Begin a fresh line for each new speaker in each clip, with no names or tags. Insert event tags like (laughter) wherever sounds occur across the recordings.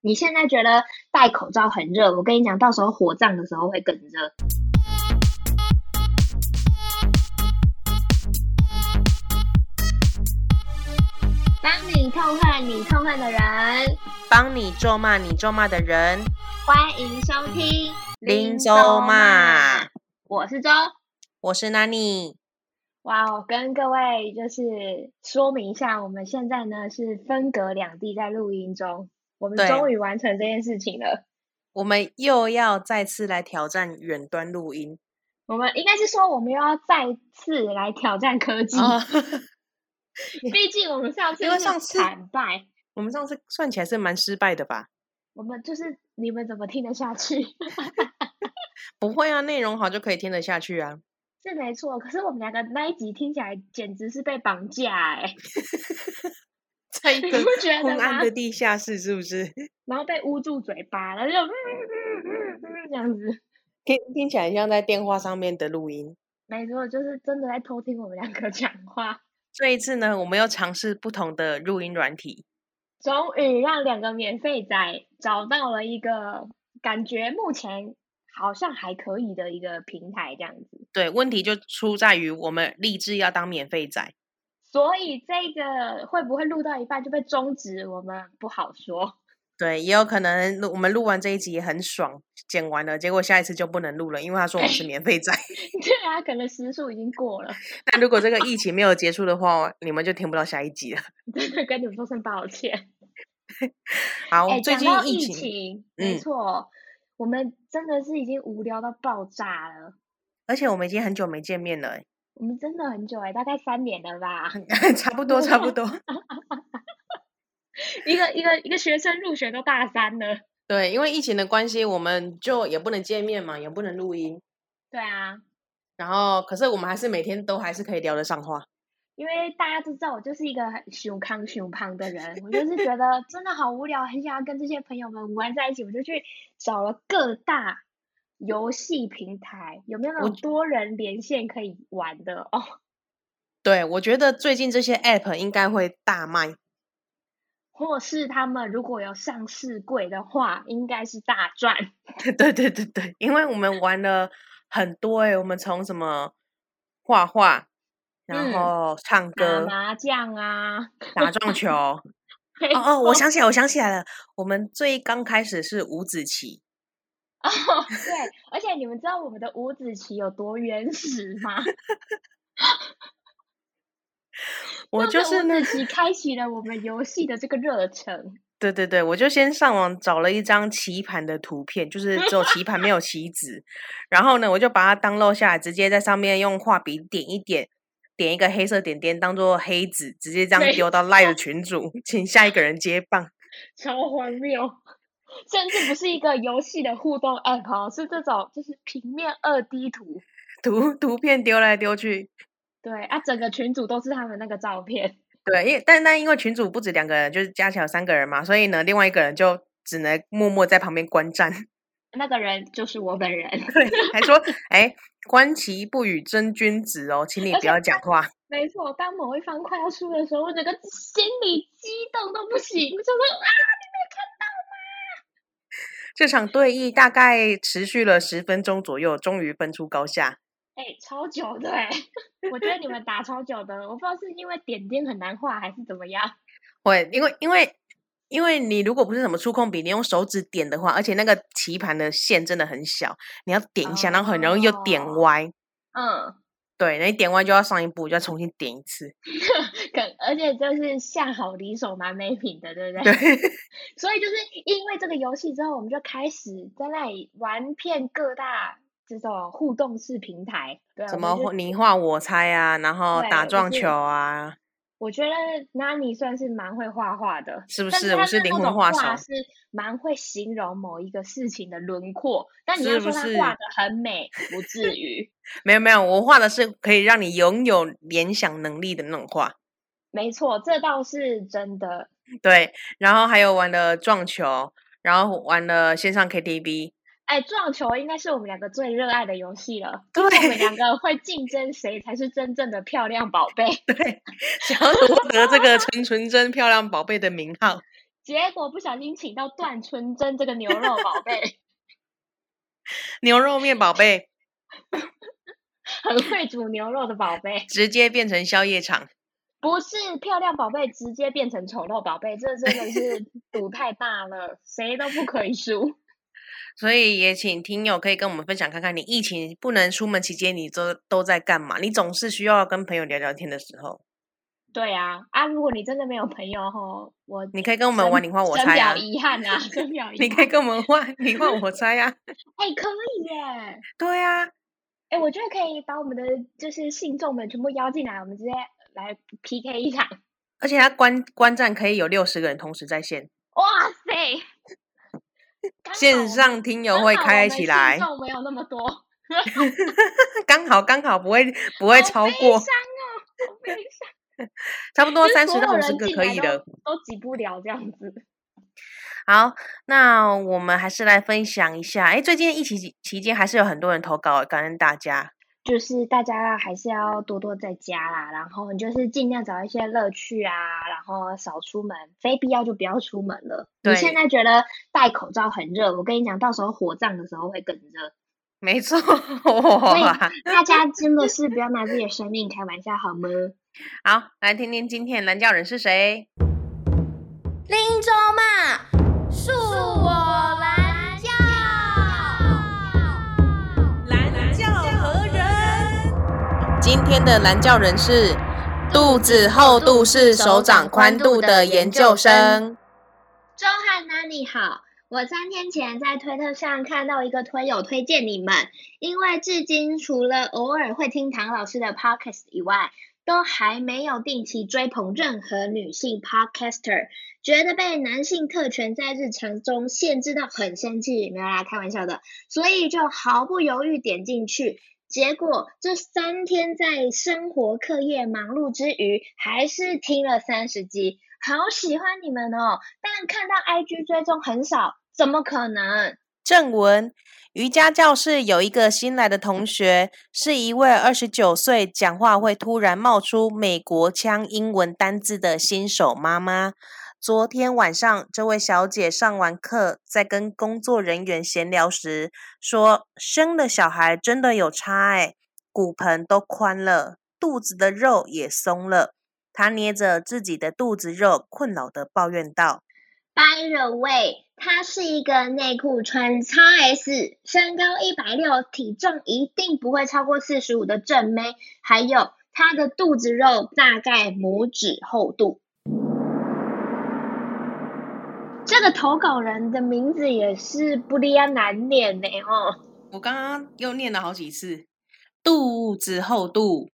你现在觉得戴口罩很热，我跟你讲，到时候火葬的时候会更热。帮你痛恨你痛恨的人，
帮你咒骂你咒骂的人，
欢迎收听
林州骂，
我是周。
我是 Nani。
哇哦，跟各位就是说明一下，我们现在呢是分隔两地在录音中，我们
对
终于完成这件事情了。
我们又要再次来挑战远端录音
我们应该是说，我们又要再次来挑战科技，
啊！ (laughs)
毕竟我们上次
因为
是
上次
惨败，
我们上次算起来是蛮失败的吧？
我们就是你们怎么听得下去？ (laughs)
不会啊，内容好就可以听得下去啊。
是没错，可是我们两个那一集听起来简直是被绑架哎、
(laughs) 在一
你
个
不觉得
昏
吗
暗的？地下室，是不是？ (laughs)
然后被捂住嘴巴，然后就、嗯嗯嗯嗯、这样子，
听听起来像在电话上面的录音。
没错，就是真的在偷听我们两个讲话。
这一次呢，我们又尝试不同的录音软体。
终于让两个免费仔找到了一个感觉目前好像还可以的一个平台，这样子。
对，问题就出在于我们立志要当免费仔。
所以这个会不会录到一半就被终止，我们不好说。 (laughs)
对，也有可能录我们录完这一集也很爽，剪完了，结果下一次就不能录了，因为他说我们是免费仔。
对啊，可能时速已经过 (laughs) 了，
那如果这个疫情没有结束的话，你们就听不到下一集了。
真的跟你们说声抱歉。
好，
哎，
哦最
讲
近
到
疫
疫
情，
情，没
嗯
错，我们真的是已经无聊到爆炸了。
而且我们已经很久没见面了 (laughs) 欸，
我们真的很久哎、大概三年了吧。
差不多，差不多。
(laughs) 一个一个一个学生入学都大三了。
(laughs) 对，因为疫情的关系，我们就也不能见面嘛，也不能录音。
对啊，
然后，可是我们还是每天都还是可以聊得上话。
因为大家都知道我就是一个很熊康熊胖的人，我就是觉得真的好无聊，很想要跟这些朋友们玩在一起，我就去找了各大游戏平台，有没有那
我
种多人连线可以玩的哦？
对，我觉得最近这些 app 应该会大卖。
或是他们如果有上市柜的话，应该是大赚。
(laughs) 对对对对，因为我们玩了很多欸诶、我们从什么画画，然
嗯
后唱
打
歌、
麻将啊，
打撞球。
没
哦哦，
错
我想起来，我想起来了，我们最刚开始是五子棋，
哦，对，而且你们知道我们的五子棋有多原始吗？
哦我就
当时
是那
五，子棋开启了我们游戏的这个热忱。
对对对，我就先上网找了一张棋盘的图片，就是只有棋盘没有棋子，然后呢，我就把它当 d 下来，直接在上面用画笔点一点，点一个黑色点点当做黑子，直接这样
没
丢到赖的群组，请下一个人接棒。
超荒谬， (laughs) 甚至不是一个游戏的互动 app 哦，是这种就是平面二 D 图。
图图片丢来丢去，
对啊，整个群组都是他们那个照片，
对，因为但但因为群主不止两个人，就是加起来有三个人嘛，所以呢，另外一个人就只能默默在旁边观战，
那个人就是我本人。 (laughs)
对，还说哎，观棋不语真君子哦，请你
而
不
且
要讲话。
没错，当某一方快要输的时候，我整个心里激动都不行，我就说啊，
这场对弈大概持续了十分钟左右，终于分出高下。
哎、超久的哎、 (laughs) 我觉得你们打超久的，我不知道是因为点点很难画还是怎么样。
会，因为因为因为你如果不是什么触控笔，你用手指点的话，而且那个棋盘的线真的很小，你要点一下，然后很容易就点
哦
歪。
嗯，
对，那你点歪就要上一步，就要重新点一次。
可而且就是下好离手蛮没品的，对不对？
对，
所以就是因为这个游戏之后，我们就开始在那里玩遍各大这种互动式平台。对啊，
(laughs) 什
我们
么
就
或你画我猜啊，然后
对
打
就
撞
是
球啊，
我觉得 Nani 算是蛮会画画的，
是不
但
是
他
我是
那
灵
那
魂
种
画手
是蛮会形容某一个事情的轮廓。但你要
是
说
不
他
是
画的很美，不至于。 (laughs)
没有没有，我画的是可以让你拥有联想能力的那种画。
没错，这倒是真的。
对，然后还有玩了撞球，然后玩了线上 KTV，
(laughs) 哎，撞球应该是我们两个最热爱的游戏了。
对
我
(laughs)
们两个会竞争谁才是真正的漂亮宝贝。
对，想要夺得这个陈纯真漂亮宝贝的名号。
结果不小心请到段纯真这个牛肉宝贝， (laughs)
牛肉面宝贝
很会煮牛肉的宝贝，
直接变成宵夜场。
不是漂亮宝贝直接变成丑陋宝贝，这真的是赌太大了，谁都不可以输。
所以也请听友可以跟我们分享看看，你疫情不能出门期间，你都都在干嘛？你总是需要跟朋友聊聊天的时候，
对啊，啊，如果你真的没有朋友吼，我
你可以跟我们
深
玩你画我
深
猜啊
表，遗憾啊， (laughs) 深表遗
你
憾。
可以跟我们玩你画我猜啊， (laughs)
哎、可以耶！
对啊，
哎，我觉得可以把我们的就是信众们全部邀进来，我们直接来 PK 一场。
而且他观观战可以有六十个人同时在线，
哇塞！刚好我
线
们
上听友会开起来
刚，好我们信众没有那么多，
刚好刚好不会不
好
会超
悲
过，
伤哦，
(laughs)
好悲伤。
差不多
就是
三
所
十到
有
五十
人
个
进
可
来
以
都
的。，
都挤不了这样子。
好，那我们还是来分享一下，哎，最近疫情期期间还是有很多人投稿，感恩大家。
(laughs) 就是大家还是要多多在家啦，然后你就是尽量找一些乐趣啊，然后少出门，非必要就不要出门了。你现
对
在觉得戴口罩很热，我跟你讲，到时候火葬的时候会更热。
没错，哇，
大家真的是不要拿自己的生命开玩笑好 (laughs) 吗？
(laughs) 好，来听听今天的蓝教人是谁？
林州嘛，恕我蓝教。蓝教何人？
今天的蓝教人是肚子厚度是手掌宽度的研究生。
周汉娜你好，我三天前在推特上看到一个推友推荐你们，因为至今除了偶尔会听唐老师的 podcast 以外，都还没有定期追捧任何女性 podcaster，觉得被男性特权在日常中限制到很生气，没有啦，开玩笑的，所以就毫不犹豫点进去。结果这三天在生活课业忙碌之余，还是听了三十集，好喜欢你们哦！但看到 IG 追踪很少，怎么可能？
正文：瑜伽教室有一个新来的同学，是一位二十九岁、讲话会突然冒出美国腔英文单字的新手妈妈。昨天晚上，这位小姐上完课，在跟工作人员闲聊时说：“生了小孩真的有差哎、骨盆都宽了，肚子的肉也松了。”她捏着自己的肚子肉，困扰的抱怨道。
By the way，她是一个内裤穿超 S、身高一百六、体重一定不会超过四十五的正妹，还有她的肚子肉大概拇指厚度。这个投稿人的名字也是不利亚难念呢、哦。
我刚刚又念了好几次，肚子厚度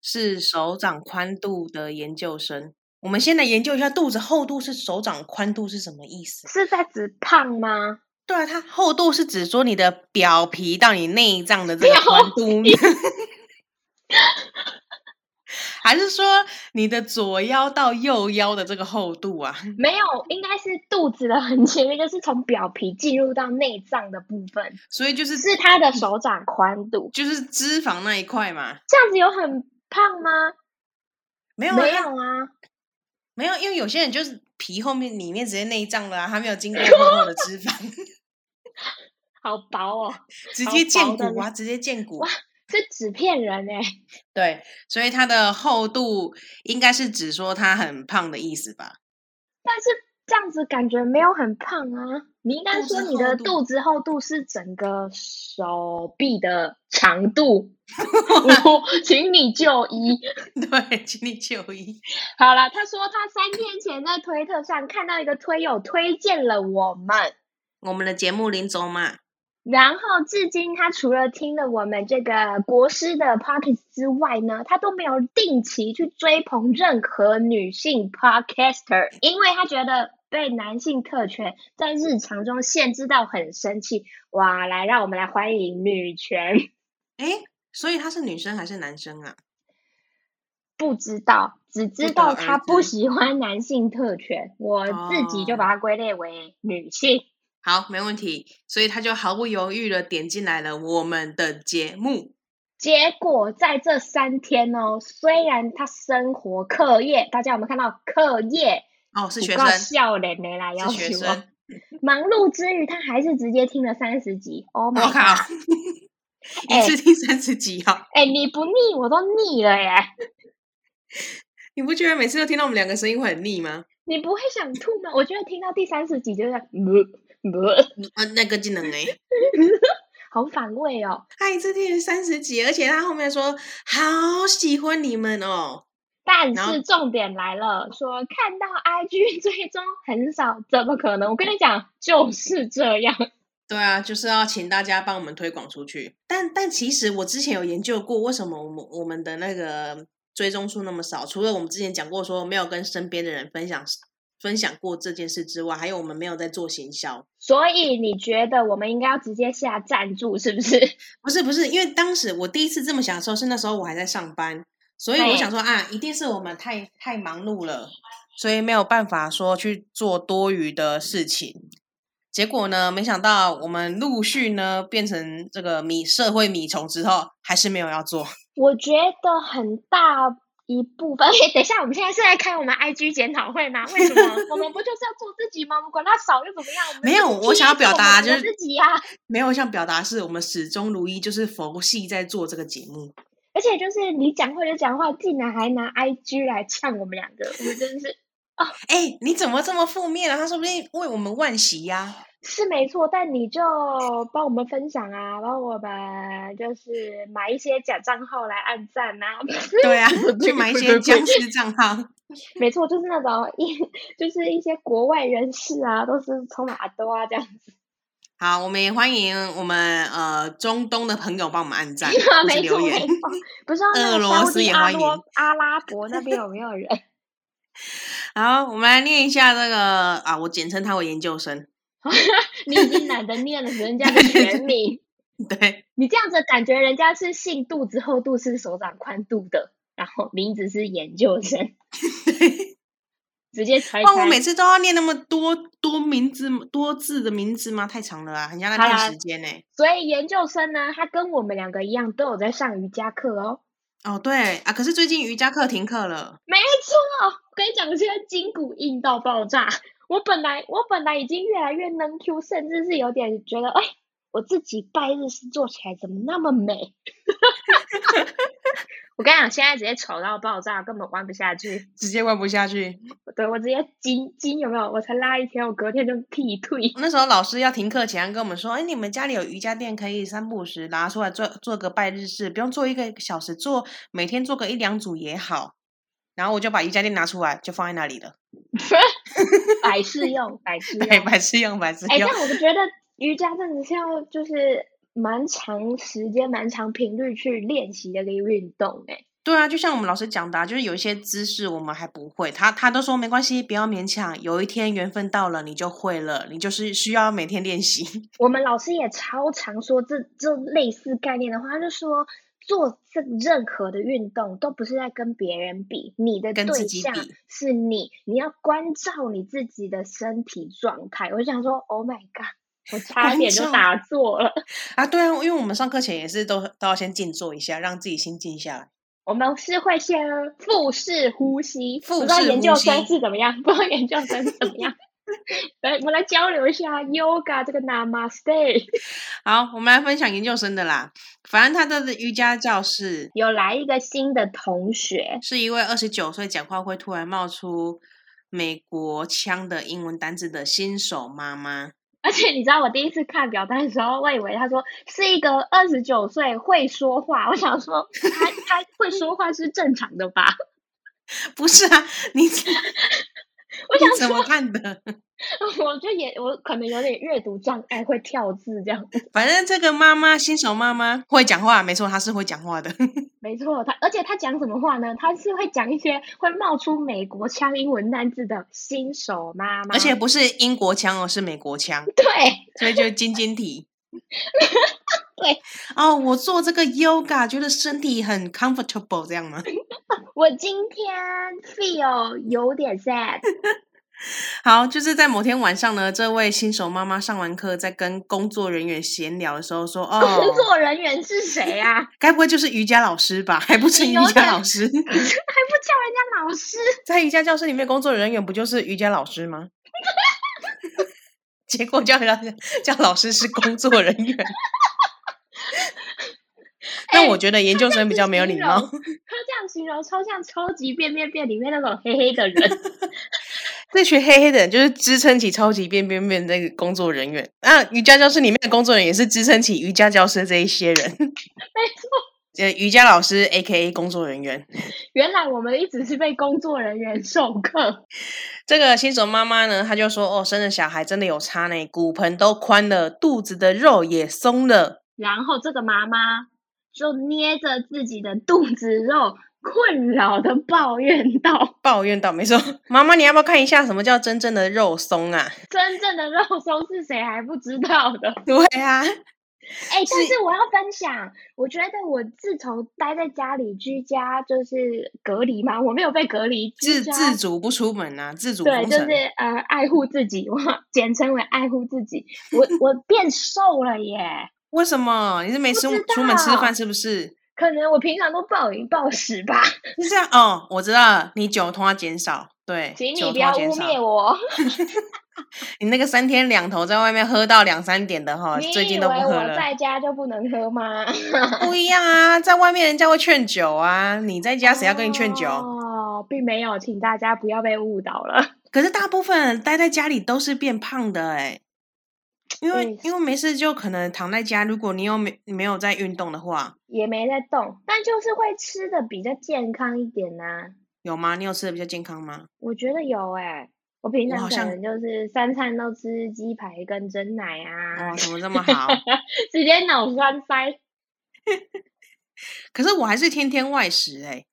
是手掌宽度的研究生。我们先来研究一下肚子厚度是手掌宽度是什么意思？
是在指胖吗？
对啊，它厚度是指说你的表皮到你内脏的这个
表
宽度呢， (laughs) 还是说你的左腰到右腰的这个厚度啊？
没有，应该是肚子的很前面，就是从表皮进入到内脏的部分，
所以就是
是她的手掌宽度。
就是脂肪那一块嘛。
这样子有很胖吗？
没
没
有啊，它
啊，
没有，因为有些人就是皮后面里面直接内脏了、啊，他没有
(laughs)
经过厚厚的脂肪，
好薄哦，
直
好
接
薄
见
的
骨啊，
嘞
直接见骨
哇。这纸片人哎、
对，所以它的厚度应该是指说它很胖的意思吧？ (laughs)
但是这样子感觉没有很胖啊。你应该
肚
说
子
你的
厚度
肚子厚度是整个手臂的长 (laughs) 度。我请你就医。
对，请你就医。
好了，他说他三天前在推特上看到一个推友推荐了我们，
我们的节目林总嘛，
然后至今他除了听了我们这个国师的 podcast 之外呢，他都没有定期去追捧任何女性 podcaster，因为他觉得被男性特权在日常中限制到很生气。哇，来让我们来欢迎女权，
诶，所以他是女生还是男生啊？
不知道，只知
不
道
得而
他不
知哦
喜欢男性特权，我自己就把它归类为女性。
好，没问题。所以他就毫不犹豫的点进来了我们的节目。
结果在这三天哦，虽然他生活、课业，大家有没有看到课业、
哦，是
不
学
够
生，
笑脸的啦，要
是学
求我。
生，
忙碌之余，他还是直接听了三十集。Oh
我
my！
靠 (laughs)
god！，
一次听三十集哦。
哎、你不腻我都腻了耶！
你不觉得每次都听到我们两个声音会很腻吗？
你不会想吐吗？我觉得听到第三十集就是呃不不，
嗯啊，那个技 (laughs) 能哎、
好反胃哦。
他一次听了三十集，而且他后面说好喜欢你们哦，
但
然后
是重点来了，说看到 IG 追踪很少，怎么可能？我跟你讲，就是这样。
对啊，就是要请大家帮我们推广出去。但但其实我之前有研究过，为什么我们我们的那个追踪数那么少？除了我们之前讲过说没有跟身边的人分享分享过这件事之外，还有我们没有在做行销。
所以你觉得我们应该要直接下赞助，是不是？ (laughs)
不是不是，因为当时我第一次这么想的时候，是那时候我还在上班，所以我
对
想说啊，一定是我们太太忙碌了，所以没有办法说去做多余的事情。结果呢，没想到我们陆续呢变成这个米社会米虫之后，还是没有要做。
我觉得很大一部分。哎，等一下，我们现在是在开我们 IG 检讨会吗？为什
(laughs)
么？我们不就是要做自己吗？我们管它少又怎么样？我们
没
就
有
是
我想要
贴
表
近
达
我们
就是
自己啊。
没有像表达是我们始终如一，就是佛系在做这个节目。
而且就是你讲话就讲话，竟然还拿 IG 来呛我们两个，我们真是
哎，你怎么这么负面啊？他说不定为我们万喜呀、
是没错。但你就帮我们分享啊，帮我们就是买一些假账号来按赞啊。，
对啊去买一些僵尸账号。
没错，就是那种一 (laughs) 就是一些国外人士啊，都是充满阿多啊
(laughs)
这样子。
好，我们也欢迎我们呃中东的朋友帮我们按 (laughs) 赞
啊，
或是
没
留
错没
言。
错，不知道那
俄
个
罗
沙
斯
地
也
阿
欢
多
迎
阿拉伯那边有没有人？
好，我们来念一下这个啊，我简称他为研究生。
你已经懒得念了人家的
(laughs)
全名，
对，
你这样子感觉人家是姓肚子厚度是手掌宽度的，然后名字是研究生，直
(laughs)
接猜
哦哇，我每
猜。
次都要念那么多多名字多字的名字吗？太长了啊，很像在
好
骗
啦
时间呢、
所以研究生呢，他跟我们两个一样都有在上瑜伽课哦。
哦，对啊，可是最近瑜伽课停课了。
没错，我跟你讲，我现在筋骨硬到爆炸。我本来我本来已经越来越能 Q，甚至是有点觉得，哎，我自己拜日式做起来怎么那么美？ (laughs) 我跟你讲，现在直接丑到爆炸，根本玩不下去。
直接玩不下去。
对我直接筋筋有没有？我才拉一天，我隔天就劈
(laughs)
腿。
那时候老师要停课前还跟我们说：“哎，你们家里有瑜伽垫，可以三不五时拿出来做做个拜日式，不用做一个小时，做每天做个一两组也好。”然后我就把瑜伽垫拿出来，就放在那里了。
百事用，百事用。
对，白痴用，白痴
哎，
用
但。我觉得瑜伽真的是要就是蛮长时间、蛮长频率去练习的一个运动、哎。
对啊，就像我们老师讲的、啊，就是有一些姿势我们还不会，他他都说没关系，不要勉强，有一天缘分到了你就会了，你就是需要每天练习。 (laughs)
我们老师也超常说这这类似概念的话，他就说做这任何的运动都不是在跟别人比，你的
跟
对
自己
象
比
是你，你要关照你自己的身体状态。我就想说，Oh my god，我差
关
点就
照
打坐了。
啊，对啊，因为我们上课前也是都都要先静坐一下，让自己心静下来。
我们是会先腹式呼吸，
腹
不知道
式
研
呼
究生
吸
是怎么样，不知道研究生是怎么样。 (laughs) 来，我们来交流一下 yoga 这个 namaste。
好，我们来分享研究生的啦。反正他的瑜伽教室
有来一个新的同学，
是一位二十九岁讲话会突然冒出美国腔的英文单字的新手妈妈。 (laughs)
(laughs) 而且你知道，我第一次看表单的时候，我以为他说是一个二十九岁会说话，我想说他他会说话是正常的吧？ (laughs)
不是啊，你 (laughs)
我
你
想
怎
说，
么看的？
我就也我可能有点阅读障碍，会跳字这样。
反正这个妈妈，新手妈妈会讲话，没错，她是会讲话的。
没错，他而且他讲什么话呢？他是会讲一些会冒出美国腔英文单字的新手妈妈，
而且不是英国腔哦，是美国
(laughs)
腔，
对。
所以就晶晶体
(laughs) 对
哦，我做这个 yoga 觉得身体很 comfortable，这
(laughs)
样吗？
我今天 feel 有点 sad，
好，就是在某天晚上呢，这位新手妈妈上完课，在跟工作人员闲聊的时候说：“哦，
工作人员是谁啊？
该不会就是瑜伽老师吧？还不是
你
瑜
有
伽
点
老师？
还不知叫人家老师？
在瑜伽教室里面工作的人员不就是瑜伽老师吗？ (laughs) 结果叫人家叫老师是工作人
(laughs)
员，但
哎
我觉得研究生比较没有礼貌
他这样。子形容他这样形容超像《超级变变变》里面那种黑黑的人。 (laughs)
这群黑黑的人就是支撑起超级变变变的那个工作人员。那、瑜伽教室里面的工作人员也是支撑起瑜伽教室这一些人，
(laughs) 没错，
呃，瑜伽老师 A K A 工作人员。
原来我们一直是被工作人员授课。
这个新手妈妈呢，她就说：“哦，生了小孩真的有差呢，骨盆都宽了，肚子的肉也松了。
然后这个妈妈就捏着自己的肚子肉，困扰的抱怨道：“
抱怨到没错， (laughs) 妈妈，你要不要看一下什么叫真正的肉松啊
真正的肉松是谁还不知道的？？”
(laughs) (laughs) 对啊，
哎、但
是
是我要分享，我觉得我自从待在家里居家，就是隔离嘛，我没有被隔离，居
(laughs) 自
家
自主不出门啊，自主
对，
封
就是
城。
呃爱护自己，我 (laughs) 简称为爱护自己。我我变瘦了耶，
为什么？你是没
不
出
知
出门吃
道
饭是不是？
可能我平常都暴饮暴食吧， (laughs)
是这样哦，我知道了，你酒通要减少，对，
请你
酒
不
通要
要污
减少。
蔑我。
你那个三天两头在外面喝到两三点的哈，
你
哦最
以
近
为
都不喝
我
了。
在家就不能喝吗？
不一样啊，在外面人家会劝酒啊，你在 (laughs) 家谁要跟你劝酒？
哦，并没有，请大家不要被误导了。 (laughs)
可是大部分待在家里都是变胖的哎、因为
嗯
因为没事就可能躺在家，如果你有没没有在运动的话，
也没在动，但就是会吃的比较健康一点呐、
有吗？你有吃的比较健康吗？
我觉得有哎、我平
我
常
好
可
像
能就是三餐都吃鸡排跟蒸奶啊，
哦，怎么这
(laughs)
么好？
直接脑栓塞。
可是我还是天天外食哎、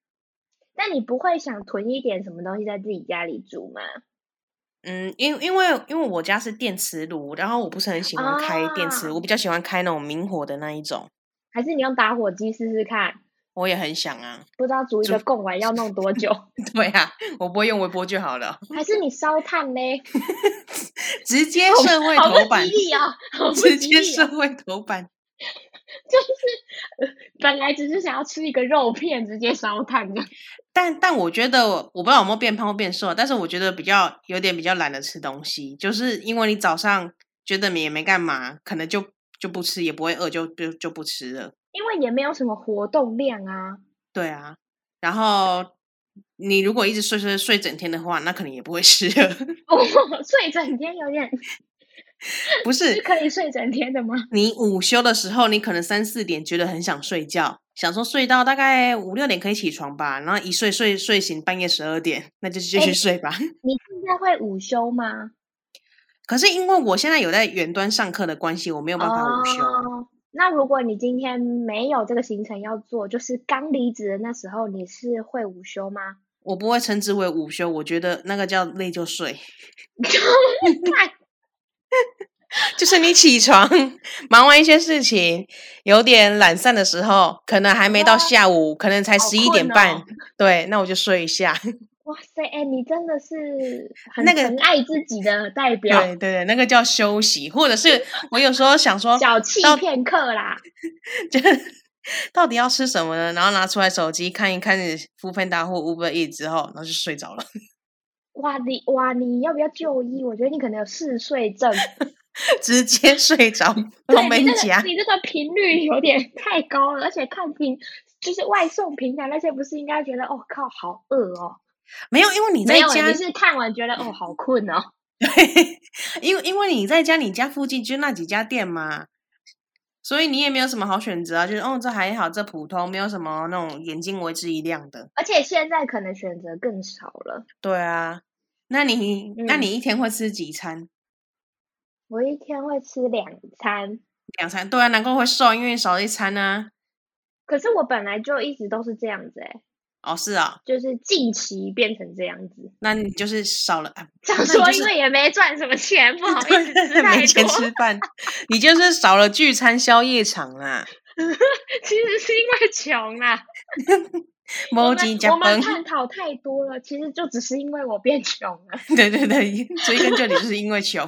但你不会想囤一点什么东西在自己家里煮吗？
嗯，因因为因为我家是电磁炉，然后我不是很喜欢开电
啊
磁炉，我比较喜欢开那种明火的那一种。
还是你用打火机试试看？
我也很想啊， (laughs)
不知道煮一
煮
个贡丸要弄多
(laughs)
久？
对啊，我不会用微波就好了，
还是你烧炭嘞？
直接社会
好
头
不
版
吉，利啊！好不
直
吉
接
利
社
哦
会头版。
就是呃本来只是想要吃一个肉片，直接烧炭的。
但但我觉得我不知道有没有变胖或变瘦，但是我觉得比较有点比较懒得吃东西，就是因为你早上觉得你也没干嘛，可能就就不吃，也不会饿，就就就不吃了。
因为也没有什么活动量啊，
对啊，然后你如果一直睡睡睡整天的话，那可能也不会 (laughs) 吃了。
我 (laughs) 睡整天有点
不
是
是
可以睡整天的吗？
你午休的时候，你可能三四点觉得很想睡觉，想说睡到大概五六点可以起床吧，然后一睡睡睡醒半夜十二点，那就继续
哎
睡吧。
你现在会午休吗？
可是因为我现在有在远端上课的关系，我没有办法午休。
哦。那如果你今天没有这个行程要做，就是刚离职的那时候，你是会午休
(laughs)
吗？
我不会称之为午休，我觉得那个叫累
(laughs)
就睡，就是你起床忙完一些事情，有点懒散的时候，可能还没到
哇
下午，可能才
哦好
十一
困
点半，
哦
对，那我就睡一下。
哇塞，哎、你真的
(laughs)
是很
那个
很爱自己的代表，
对对对，那个叫休息，或者
(laughs)
是我有时候想说，
小憩
哦到
片刻啦。
就到底要吃什么呢？然后拿出来手机看一看 f o o p a n d a 或 Uber E 之后，然后就睡着了。 (laughs)
哇，你哇，你要不要就医？我觉得你可能有嗜睡
(laughs)
症，
直接睡着，
对
东
你
北
这
家
个。你这个频率有点 (laughs) 太高了，而且看平就是外送平台那些，不是应该觉得哦靠，好饿哦？
没有，因为你在
没有欸，
家
你，是看完觉得哦好困哦。
(laughs) 因为因为你在家，你家附近就那几家店嘛，所以你也没有什么好选择啊。就是哦，这还好，这普通，没有什么那种眼睛为之一亮的。
而且现在可能选择更少了。
对啊，那你、那
嗯
你一天会吃几餐？
我一天会吃两餐，
两餐？对啊，难怪会瘦，因为少了一餐啊。
可是我本来就一直都是这样子、欸，
哦，是啊、
就是近期变成这样子。
那你就是少了，啊
想
那你
说
就
因
是
为也没赚什么钱， (laughs) 不好意思吃
(laughs) 没
太
钱
多。
吃饭，你就是少了聚餐宵夜场啊啦。
其实是因为穷啦。我
摸
们
鸡加
我们
崩，
探讨太多了，其实就只是因为我变穷了，
对对对，追根究底就是因为穷。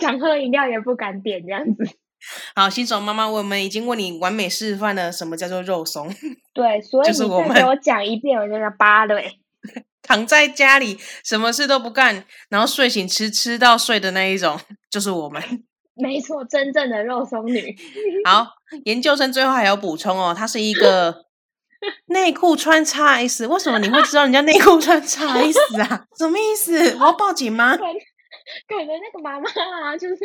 想喝饮料也不敢点这样子。
好，新手妈妈，我们已经为你完美示范了什么叫做肉松。 (laughs)
对，所以
就是我
你再
们
给我讲一遍，我就要芭蕾。
躺在家里什么事都不干，然后睡醒吃吃到睡的那一种，就是我们。
没错，真正的肉松女。
好，研究生最后还有补充哦，她是一个内裤穿 XS，为什么你会知道人家内裤穿 XS 啊？ (laughs) 什么意思？我要报警吗？
可能那个妈妈啊，就是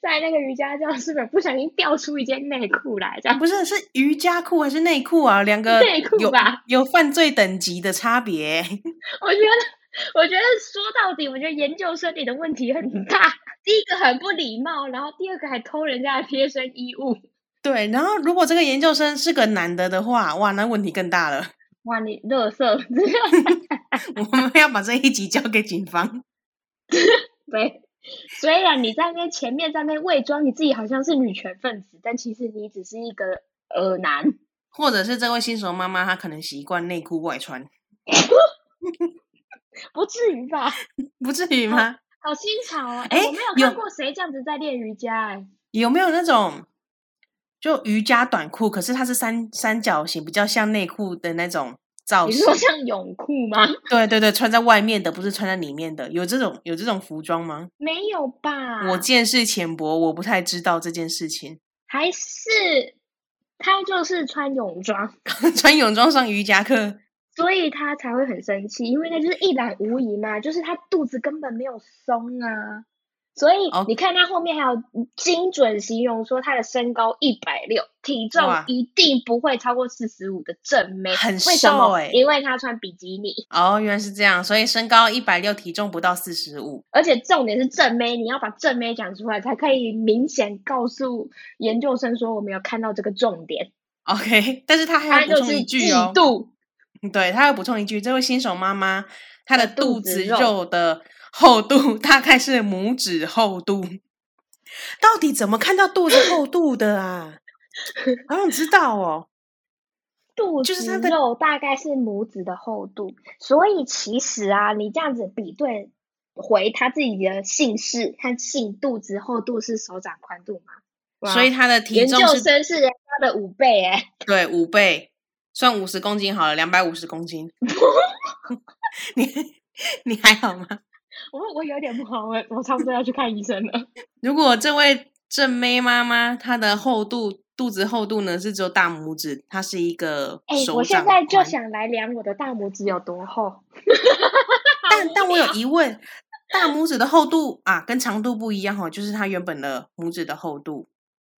在那个瑜伽教室不小心掉出一件内裤来，这样
不是是瑜伽裤还是内裤啊？两个
内裤
有
吧
有犯罪等级的差别。
(laughs) 我
(laughs)
觉得，我觉得说到底，我觉得研究生你的问题很大。第一个很不礼貌，然后第二个还偷人家的贴身衣物。
对，然后如果这个研究生是个男的的话，哇，那问题更大了。
哇，你乐色，
我们要把这一集交给警方。
对。虽然你在那前面在那伪装你自己好像是女权分子，但其实你只是一个呃男。
或者是这位新手妈妈，她可能习惯内裤外穿，
不至于吧？
不至于吗？
好新潮哦！
哎
我没有
有
看过谁这样子在练瑜伽、哎，
有没有那种就瑜伽短裤，可是它是三三角形，比较像内裤的那种造
你
型
说？像泳裤吗？
对对对，穿在外面的，不是穿在里面的。有这种有这种服装吗？
没有吧？
我见识浅薄，我不太知道这件事情。 (laughs)
还是他就是穿泳装，
穿泳装上瑜伽课，
所以他才会很生气，因为那就是一览无遗嘛，就是他肚子根本没有松啊。所以
哦
你看他后面还有精准形容说他的身高一百六，体重
哇
一定不会超过四十五的正妹，
很
为什么
瘦欸
因为他穿比基尼，
哦，原来是这样，所以身高一百六，体重不到四十五。
而且重点是正妹，你要把正妹讲出来，才可以明显告诉研究生说我们有看到这个重点，
OK，但是他还
他
要补
就
充
是
一句
嫉
哦，
妒。
对，他要补充一句，这位新手妈妈，她的
的肚
肚
子
子
肉
肉的厚度 (laughs) 大概是拇指厚度。到底怎么看到肚子厚度的啊？好想知道 (laughs) 哦。
肚
就是它
子
的
肉大概是拇指的厚度，所以其实啊，你这样子比对回他自己的姓氏和姓肚子厚度是手掌宽度吗？哇哦
所以她的体
研
重
究
是
生是人家的五倍哎、
对五倍，算五十公斤好了，两百五十公 (laughs) 斤。你你还好吗？
(laughs) 我我有点不好，我我差不多要去看医生了。
如果这位正妹妈妈她的厚度肚子厚度呢是只有大拇指，她是一个
哎、
手
我现
掌
在就
宽
想来量我的大拇指有多厚。 (laughs)
但但我有疑问，大拇指的厚度啊跟长度不一样哦，就是它原本的拇指的厚度。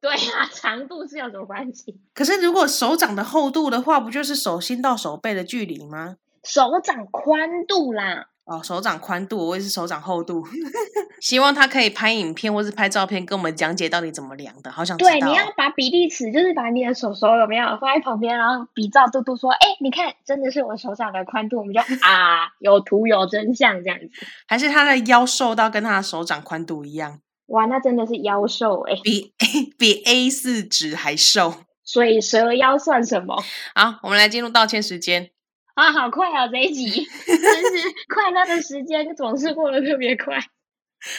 对啊，长度是有什么关系？
可是如果手掌的厚度的话，不就是手心到手背的距离吗？
手掌宽度啦，
哦，手掌宽度，我也是手掌厚度。 (laughs) 希望他可以拍影片或是拍照片，跟我们讲解到底怎么量的，好想知道
对，你要
哦。
把比例尺，就是把你的手手有没有放在旁边，然后比照嘟嘟说，哎、你看，真的是我手掌的宽度，我们 (laughs) 就啊，有图有真相这样子。
还是他的腰瘦到跟他的手掌宽度一样，
哇，那真的是妖兽哎、
比比 A 四纸还瘦。
所以蛇妖算什么？
好，我们来进入道歉时间。
啊，好快啊，这一集真是快乐的时间总是过得特别快。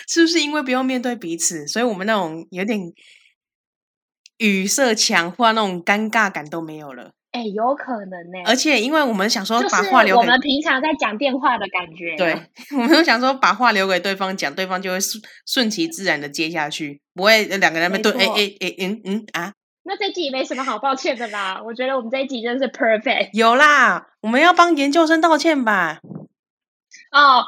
是不是因为不用面对彼此，所以我们那种有点语塞强化那种尴尬感都没有了？
哎、有可能呢、
而且因为我们想说
就
把话
是
留
我
给
们平常在讲电话的感觉、
对，我们都想说把话留给对方讲，对方就会顺顺其自然的接下去，不会呃两个人在那边
没
对哎
错
哎哎嗯嗯啊，
那这集也没什么好抱歉的啦，我觉得我们这一集真的是 perfect
有啦，我们要帮研究生道
(laughs)
歉吧，
哦。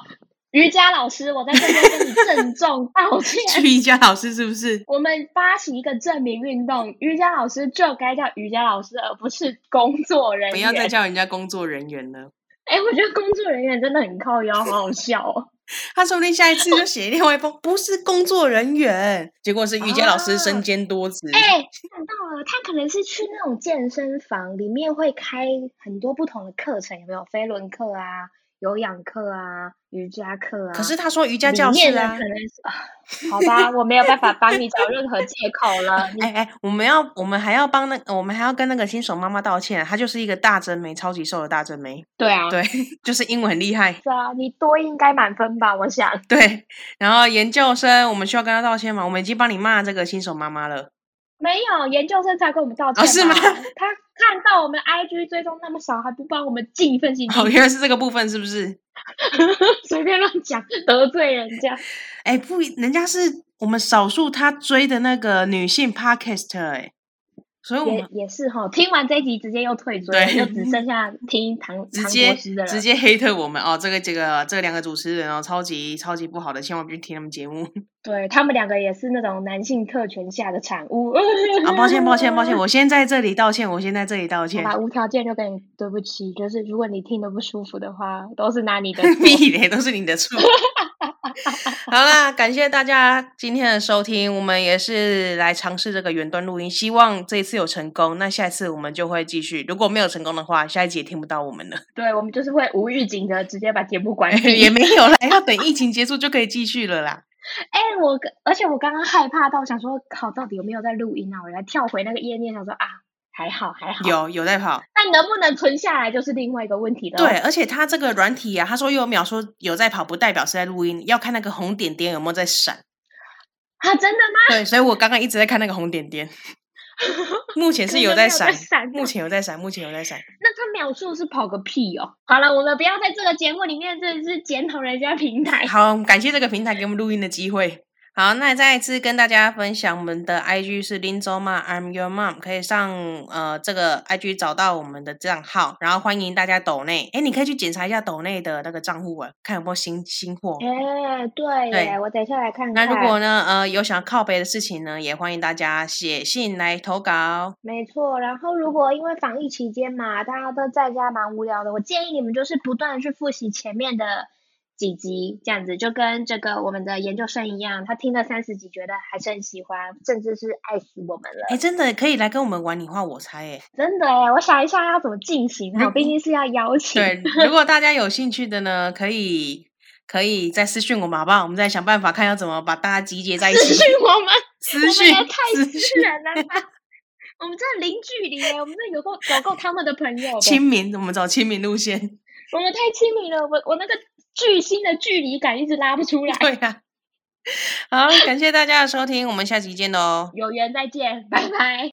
瑜伽老师，我在这边跟你郑重道歉。
去瑜伽老师是不是？
我们发起一个证明运动，瑜伽老师就该叫瑜伽老师，而不是工作人
不
员
要。再叫人家工作人员了，
哎、我觉得工作人员真的很靠腰，好好笑哦。
他说不定下一次就写另外一封，不是工作人员，结果是瑜伽老师身
啊
兼多职。
(laughs) 哎、看到了，他可能是去那种健身房，里面会开很多不同的课程，有没有飞轮课啊、有氧课啊、瑜伽课啊？
可是他说瑜伽
里
教
面
室
的
啊
可，能是、啊好吧，我没有办法帮你找任何借口了。你
(laughs) 哎哎，我们要我们还要帮那我们还要跟那个新手妈妈道歉啊、她就是一个大真眉，超级瘦的大真眉，
对啊，
对， (laughs) 就是英文很厉害，
是啊，你多应该满分吧？我想，
对。然后研究生，我们需要跟她道歉吗？我们已经帮你骂这个新手妈妈了，
没有，研究生才跟我们道歉、
哦是吗？
他看到我们 IG 追踪那么少，还不帮我们寄一份信息，
哦，原来是这个部分是不是？
(laughs) 随便乱讲，得罪人家。
哎，不一，人家是我们少数他追的那个女性 podcast 哎、所以我
也
们
也是哈，听完这一集直接又退追了，
对
就只剩下听唐
直
唐
接
国师的了。
直接黑特我们哦，这个这个这两个主持人哦，超级超级不好的，千万不去听他们节目
对他们两个也是那种男性特权下的产物。
(laughs) 啊！抱歉抱歉抱歉，我先在这里道歉，我先在这里道
好
歉。
吧，无条件就跟你对不起，就是如果你听得不舒服的话，都是拿你
(laughs)
的错。
(laughs) 屁嘞，都是你的错。好啦，感谢大家今天的收听，我们也是来尝试这个远端录音，希望这一次有成功。那下一次我们就会继续，如果没有成功的话，下一集也听不到我们了， (laughs)
对，我们就是会无预警的直接把节目关闭。
也没有啦，要等疫情结束就可以继续了啦。
哎、我刚而且我刚刚害怕到想说，靠，到底有没有在录音啊？我来跳回那个页面，想说啊，还好还好。
有有在跑，
但能不能存下来就是另外一个问题了。哦
对，，而且它这个软体啊，他说又有秒说有在跑，不代表是在录音，要看那个红点点有没有在闪。
啊，真的吗？
对，所以我刚刚一直在看那个红点点，目前
可
是
能
有
没
在
有在
闪，
闪
目前有在闪，目前有在闪。
那他秒数是跑个屁哦！好了，我们不要在这个节目里面真的是检讨人家平台。
好，感谢这个平台给我们录音的机会。好，那再一次跟大家分享，我们的 IG 是 Linzo Ma I'm Your Mom，可以上呃这个 IG 找到我们的账号，然后欢迎大家抖内。哎，你可以去检查一下抖内的那个账户啊，看有没有新新货。
哎、对
对
耶，我等一下来看看。
那如果呢，呃，有想要靠背的事情呢，也欢迎大家写信来投稿。
没错，然后如果因为防疫期间嘛，大家都在家蛮无聊的，我建议你们就是不断的去复习前面的几集，这样子就跟这个我们的研究生一样，他听了三十集，觉得还是很喜欢，甚至是爱死我们了。
哎，真的可以来跟我们玩你画我猜哎。
真的哎，我想一下要怎么进行
如
啊，我毕竟是要邀请。 (laughs)
对，如果大家有兴趣的呢，可以可以再私讯我们好不好？我们再想办法看要怎么把大家集结在一
私
起
讯。我们，
私
我们
讯
也太
私
私
讯
人了吧！我们这零距离耶，我们这有够有够他们的朋友的，
亲民，我们走亲民路线。 (laughs)
我们太亲密了，我我那个巨星的距离感一直拉不出来。
对呀、好，感谢大家的收听，我们下期见喽。
有缘再见，拜拜。